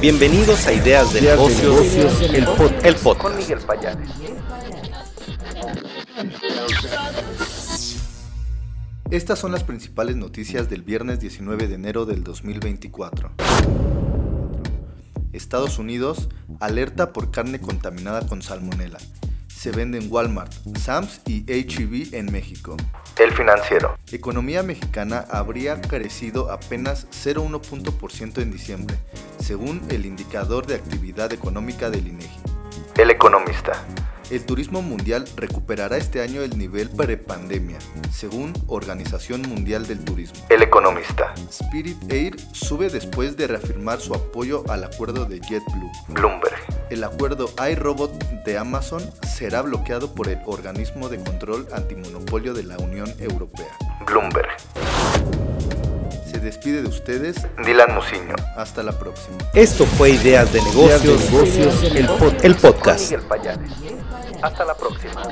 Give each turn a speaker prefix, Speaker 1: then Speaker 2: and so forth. Speaker 1: Bienvenidos a Ideas de
Speaker 2: Ideas de
Speaker 1: Negocios,
Speaker 2: Negocios,
Speaker 1: el, podcast. el podcast.
Speaker 2: Estas son las principales noticias del viernes 19 de enero del 2024. Estados Unidos alerta por carne contaminada con salmonela. Se vende en Walmart, Sam's y HEB en México. El financiero. Economía mexicana habría crecido apenas 0,1% en diciembre, según el indicador de actividad económica del INEGI. El economista. El turismo mundial recuperará este año el nivel prepandemia, según Organización Mundial del Turismo. El economista. Spirit Air sube después de reafirmar su apoyo al acuerdo de JetBlue. Bloomberg. El acuerdo iRobot de Amazon será bloqueado por el organismo de control antimonopolio de la Unión Europea. Bloomberg. Se despide de ustedes Dylan Musiño. Hasta la próxima.
Speaker 1: Esto fue Ideas de Negocios,
Speaker 2: Negocios,
Speaker 1: el, pod- el podcast.
Speaker 3: Hasta la próxima.